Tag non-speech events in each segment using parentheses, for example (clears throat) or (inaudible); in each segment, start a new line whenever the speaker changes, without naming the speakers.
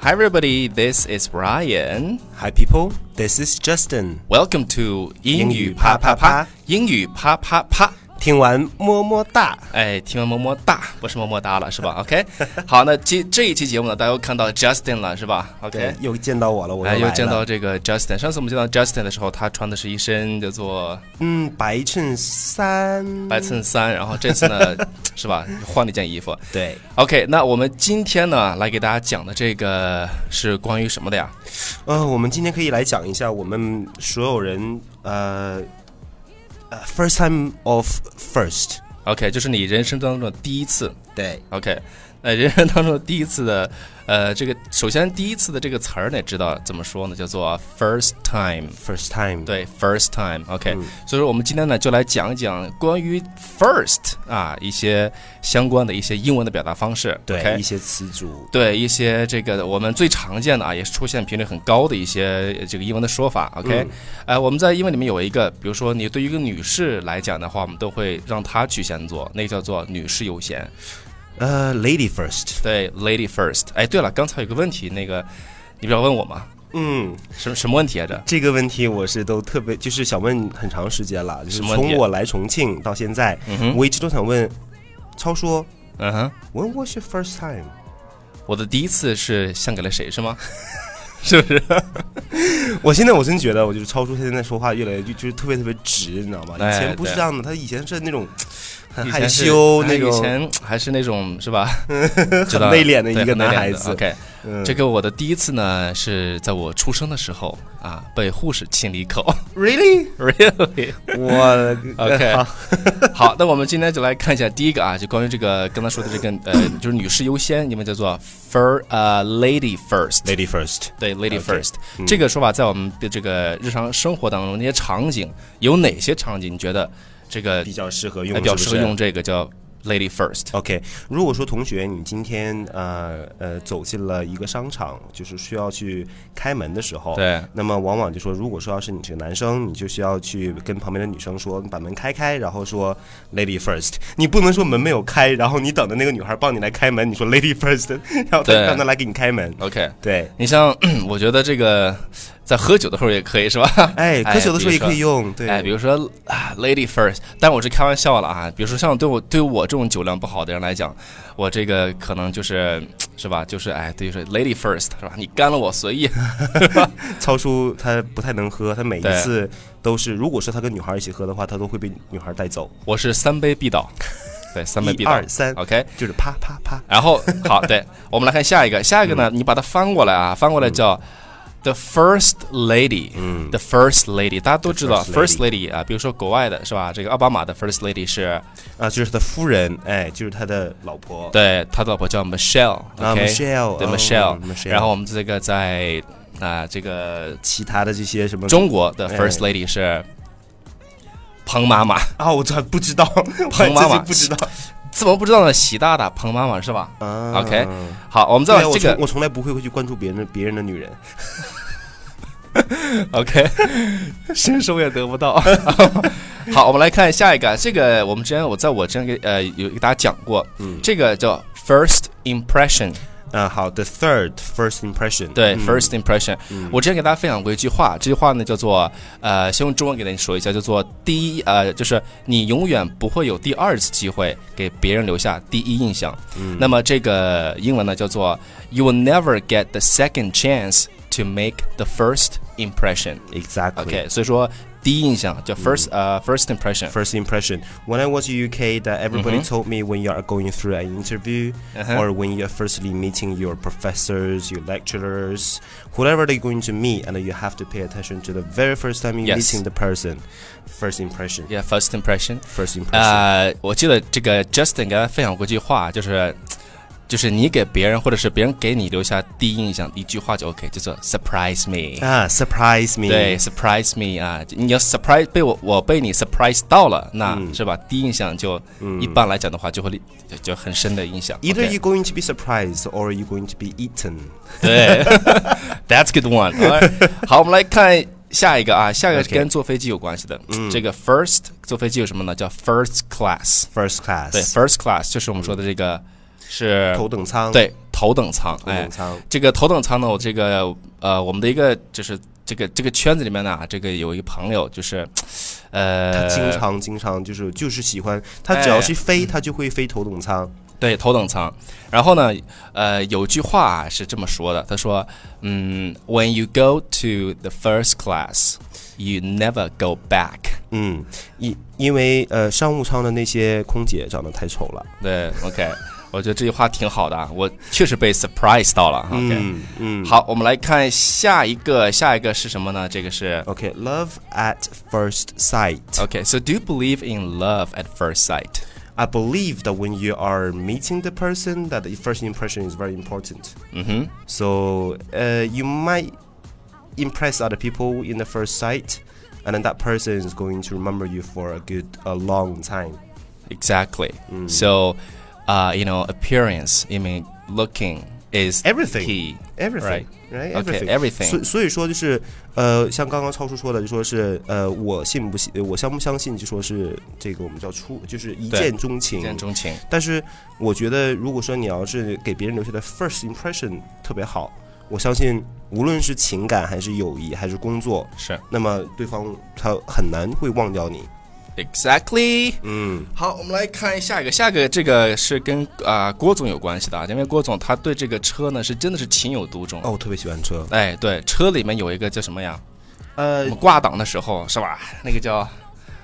Hi, everybody. This is Ryan.
Hi, people. This is Justin.
Welcome to 英语啪啪啪，英语啪啪啪。
听完么么哒，
哎，听完么么哒，不是么么哒了，是吧？OK，好， (laughs) 那这这一期节目呢，大家又看到 Justin 了，是吧？OK，
对，又见到我了，我
哎，
来
又
了
见到这个 Justin。上次我们见到 Justin 的时候，他穿的是一身叫做
嗯，白衬衫，
白衬衫，然后这次 (laughs) 呢，是吧，换了一件衣服。
对，
OK，那我们今天呢，来给大家讲的这个是关于什么的呀？
呃，我们今天可以来讲一下我们所有人，呃，呃，first time of first，
OK，就是你人生当中的第一次。
对，
OK，呃，人生当中的第一次的，呃，这个首先第一次的这个词儿呢，知道怎么说呢？叫做 first time。
，first time，，
对，first time。OK，、
嗯
所以说我们今天呢，就来讲一讲关于 first 啊一些相关的一些英文的表达方式。
对
o k
一些词组，
对一些这个我们最常见的啊，也是出现频率很高的一些呃这个英文的说法。OK，、呃，
嗯
我们在英文里面有一个，比如说你对于一个女士来讲的话，我们都会让她去先做，那个叫做女士优先。
呃，lady first，
对，lady first。哎，对了，刚才有个问题，那个你不要问我吗？
嗯，
什么什么问题来啊着？
这个问题我是都特别，就是想问很长时间了，就是
什么问题
从我来重庆到现在，
嗯哼，
我一直都想问，超说
嗯哼，
，When was your first time？
我的第一次是献给了谁是吗？是不是？
我现在我真觉得，我就是超叔他现在说话越来越就就是特别特别直，你知道吗？
哎
以前不是
对
这样的，他以前是那种很
以
害
前是
羞、
哎
那种
以前还是那种是吧？
(laughs)
知
很
道
内敛的
对
一个
很内
男
敛
孩
的
子。
OK，
嗯
这个我的第一次呢是在我出生的时候啊，被护士亲了一口。 (laughs)
really，
Really？
我
OK
(laughs) 好
好，那我们今天就来看一下第一个啊，就关于这个刚才说的这个呃，就是女士优先，你们叫做 fir 呃 lady first。
lady first，
对，lady
OK，
first、
嗯
这个说法在我们的这个日常生活当中，那些场景有哪些场景你觉得这个
(laughs) 比较适合
呃
用，
比较
是
适
不
合
是
用这个叫 lady first？
OK，如果说同学你今天呃呃走进了一个商场，就是需要去开门的时候，
对，
那么往往就说，如果说要是你是个男生，你就需要去跟旁边的女生说，你把门开开，然后说 lady first，你不能说门没有开，然后你等着那个女孩帮你来开门，你说 lady first，然后她
对
让她来给你开门，
OK，
对。
你像 (clears throat) 我觉得这个在喝酒的时候也可以是吧？
哎，
哎
喝酒的时候也可以
比
用，
(laughs)
对，
哎，比如说啊，lady first，但我是开玩笑了啊。比如说像对我对我这种酒量不好的人来讲，我这个可能就是是吧，就是哎，对，说 lady first 是吧？你干了我随意，
超叔他不太能喝，他每一
对
次都是，如果说他跟女孩一起喝的话，他都会被女孩带走，
我是三杯必倒，对，三杯必
一
倒
二。三，
OK，
就是啪啪啪，
然后好，对，我们来看下一个，下一个
嗯
呢，你把它翻过来啊，翻过来叫 the first lady。
嗯
The first lady，大家都知道
The
first
first
lady 啊，比如说国外的是吧？这个奥巴马的 first lady 是
啊，就是他夫人，哎，就是他的老婆，
对他的老婆叫 Michelle，OK，、
啊，Michelle，
对
哦
Michelle，、
Michelle
然后我们这个在啊、这个
其他的这些什么
中国的
哎
first lady 是彭妈妈，
啊，我这不知
(laughs)
道， (laughs) 我还
彭妈
真
妈
是不知道。
(laughs) 怎么不知道呢？习大大彭妈妈是吧？
啊
OK，好，我们再
对
往
啊，我
这个
从我从来不会会去关注别人的别人的女人。 (laughs)
OK，伸手也得不到。好，我们来看下一个，这个我们之前我在我之前给呃有给大家讲过，
嗯
这个叫 first impression，
啊，好，the third first impression，
对、
嗯
first impression、
嗯
我之前给大家分享过一句话，这句话呢叫做呃，先用中文给大家说一下，叫做第一呃，就是你永远不会有第二次机会给别人留下第一印象。
嗯
那么这个英文呢叫做 you will never get the second chance to make the first impression。
exactly。
OK，所以说第一印象叫 first 呃、first impression。
嗯 First impression. When I was in UK, that everybody
Mm-hmm。
told me when you are going through an interview,
Uh-huh。
or when you are firstly meeting your professors, your lecturers, whoever they're going to meet, and you have to pay attention to the very first time you're
Yes.
meeting the person. First impression.
Yeah, Uh, first impression。
First impression.
呃，我记得这个 Justin 跟他分享过一句话，就是就是你给别人或者是别人给你留下第一印象，一句话就 OK，叫做 surprise me。
啊，surprise Ah, me.
对，surprise me 啊，你要 surprise 被我我被你 surprise 到了，那、
嗯
是吧？第一印象就、一般来讲的话，就会立就就很深的印象。
Either
OK
you're going to be surprised or you're going to be eaten.
(laughs) 对，That's good one。好，我们来看下一个啊，下一个是
OK
跟坐飞机有关系的。
嗯
这个 first 坐飞机有什么呢？叫 first class。
First class.
对，first class 就是我们说的这个是
嗯头等舱。
对头等舱，
头
哎
等，舱，
这个头等舱呢，我这个呃，我们的一个就是这个这个圈子里面呢，这个有一个朋友就是，呃，
他经常经常就是就是喜欢，他只要是飞，他就会飞头等舱。
对，头等舱。然后呢，呃，有句话啊是这么说的，他说，嗯，When you go to the first class, you never go back。 (laughs)
嗯，因因为呃商务舱的那些空姐长得太丑了。
对，OK，我 (laughs) 觉得这句话挺好的啊，我确实被 surprise 到了。OK，、
嗯嗯，
好，我们来看下一个，下一个是什么呢？这个是
OK，love at first sight.
OK。So do you believe in love at first sight？
I believe that when you are meeting the person, that the first impression is very important.
嗯哼，
So uh, you might impress other people in the first sight, and then that person is going to remember you for a good, a long time.
Exactly. So, uh, you know, appearance, I mean, looking is
Everything.
key.
Everything,
Okay,
right? Everything.
everything.
所以所以说就是呃，像刚刚超叔说的，就说是呃，我信不信，呃我相不相信，就说是这个我们叫初，就是一
对
见钟情。
见钟情，
但是我觉得，如果说你要是给别人留下的 first impression 特别好，我相信无论是情感还是友谊还是工作，
是
那么对方他很难会忘掉你。
exactly。
嗯
好，我们来看下一个，下一个这个是跟啊、郭总有关系的啊，因为郭总他对这个车呢是真的是情有独钟。
哦，我特别喜欢车。
哎，对，车里面有一个叫什么呀？
呃
我们挂档的时候是吧？那个叫呃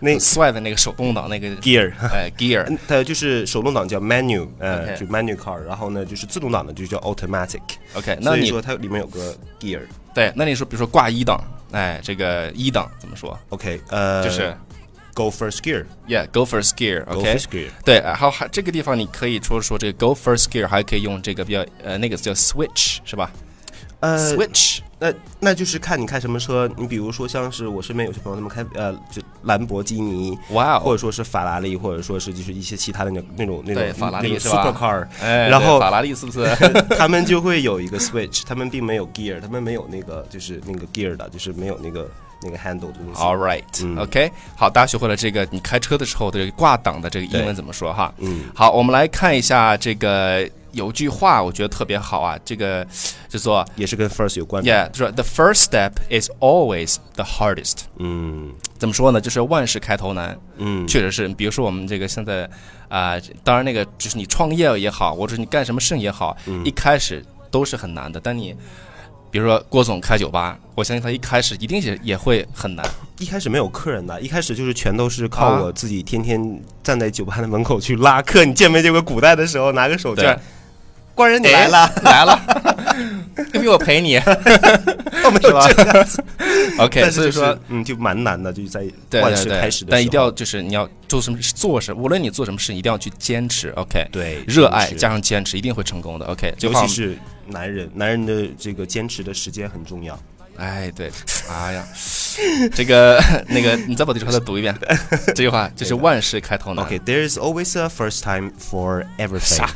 那
帅的那个手动挡那
(laughs)
个
gear，
哎 gear，
嗯它就是手动挡叫 manual，呃
OK
就 manual car，然后呢就是自动挡的就叫 automatic。
OK，那
所以
你
说它里面有个 gear。
对，那你说比如说挂一档，哎，这个一档怎么说？
OK，呃，
就是
go first gear，go
yeah，go for gear，OK，、
first gear。
对，然后还这个地方你可以说说这个 go first gear，还可以用这个比较呃那个叫 switch 是吧、
呃
s w，i t c h
那那就是看你开什么车。你比如说，像是我身边有些朋友，他们开呃，就兰博基尼，
哇
或
哦，
者说是法拉利，或者说是就是一些其他的那种那种那种
对法拉利
那种
是吧
supercar， (laughs)
哎，
然
对
后
法拉利是不
(laughs)
是？
他们就会有一个 switch，他们并没有 gear，他们没有那个就是那个 gear 的，就是没有那个那个 handle 的东西。
All right，OK，、OK，好，
嗯
大家学会了这个你开车的时候的这个挂档的这个英文
对
怎么说哈？
嗯，
好，我们来看一下这个有句话，我觉得特别好啊，这个叫做
也是跟 first 有关的。
Yeah，就是 The first step is always the hardest。
嗯
怎么说呢？就是万事开头难，
嗯，
确实是。比如说我们这个现在啊、当然那个就是你创业也好，或者是你干什么事也好，
嗯
一开始都是很难的。但你比如说郭总开酒吧，我相信他一开始一定是也会很难。
一开始没有客人的，一开始就是全都是靠
啊
我自己，天天站在酒吧的门口去拉客。你见没见过古代的时候拿个手绢
对，
官人你来了，
来了，要不我陪你
(laughs)
(laughs)
我没有
是吧
这样子。
？OK，
但
所
是
以
就
说
是。嗯，就蛮难的，就是在
对
万
对
事开
对，
始的时候，
但一定要就是你要做什么做什么，无论你做什么事，你一定要去坚持。OK，
对
热爱
坚持
加上坚持，一定会成功的。OK，这
尤
话我
其
们
是男人，男人的这个坚持的时间很重要。
哎，对，哎呀，这个那个，你再把这句话再读一
(laughs)
遍，这句话就是万事开头难。
Okay, there is always a first time for
(laughs)
everything.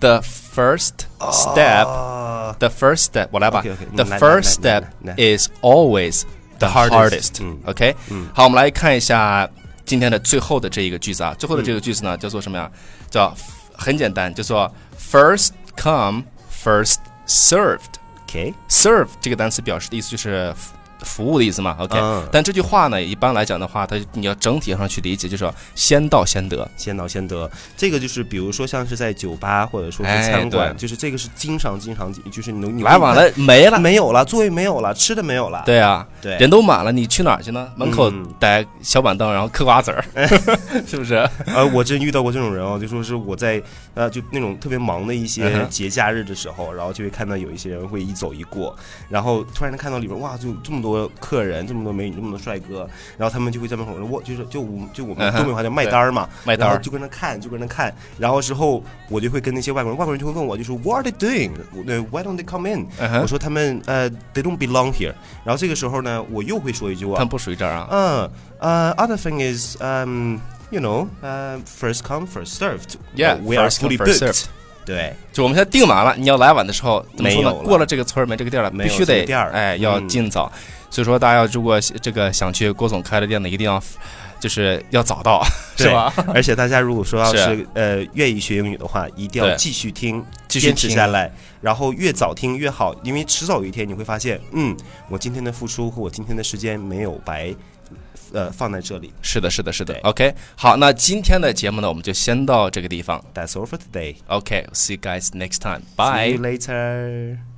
The first step,
Step
the first step，我来吧
OK，OK，。
The
嗯来
first
来来
step
来来
is always the
hardest，
hardest
嗯。
OK，好，我们来看一下今天的最后的这一个句子啊，最后的这个句子呢叫做什么呀？叫很简单，叫做 first come, first served。
Okay.
serve 这个单词表示的意思就是服服务的意思嘛，OK、
嗯
但这句话呢，一般来讲的话，它你要整体上去理解，就是说先到先得。
先到先得，这个就是比如说像是在酒吧或者说是
哎
餐馆，
对
就是这个是经常经常就是你你
来晚了没了，
没有了，座位没有了，吃的没有了，
对啊，
对
人都满了，你去哪儿去呢？门口
嗯哎
摆小板凳，然后嗑瓜子儿， (laughs) 是不是？
呃，我真遇到过这种人哦，就说是我在呃，就那种特别忙的一
嗯
些
哼
节假日的时候，然后就会看到有一些人会一走一过，然后突然间看到里边哇，就这么多客人，这么多美女，这么多帅哥，然后他们就会在门口说，我就是就我们就我
嗯
们
哼
东北话叫卖单儿嘛，
卖单
然
儿
后就跟那看，就跟那看，然后之后我就会跟那些外国人，外国人就会问我，就说 What are they doing？对，Why don't they come in？、
嗯哼
我说他们呃、t h e y don't belong here。然后这个时候呢，我又会说一句
他
话
们，不属于这儿啊。
Uh, uh, other thing is, um, you know, uh, first come, first served.
Yeah,
Uh, we are
first come,
fully
first
booked.
served.
对，
就我们现在订满了，你要来晚的时候怎么说呢？
没有了
过了这个村儿没这个店儿了，
没
必
有
须
这
得
个店儿
哎要
嗯
尽早。所以说大家如果这个想去郭总开的店呢，一定要就是要早到，是吧？ (laughs)
而且大家如果说要
是
是呃愿意学英语的话，一定要
对
继续听，
继续
坚持
听
下来，然后越早听越好，因为迟早有一天你会发现，嗯，我今天的付出和我今天的时间没有白，呃，放在这里。
是的，是的，是的
对。
OK，好，那今天的节目呢，我们就先到这个地方。
That's all for today.
OK，see、you guys next time. Bye.
See you later.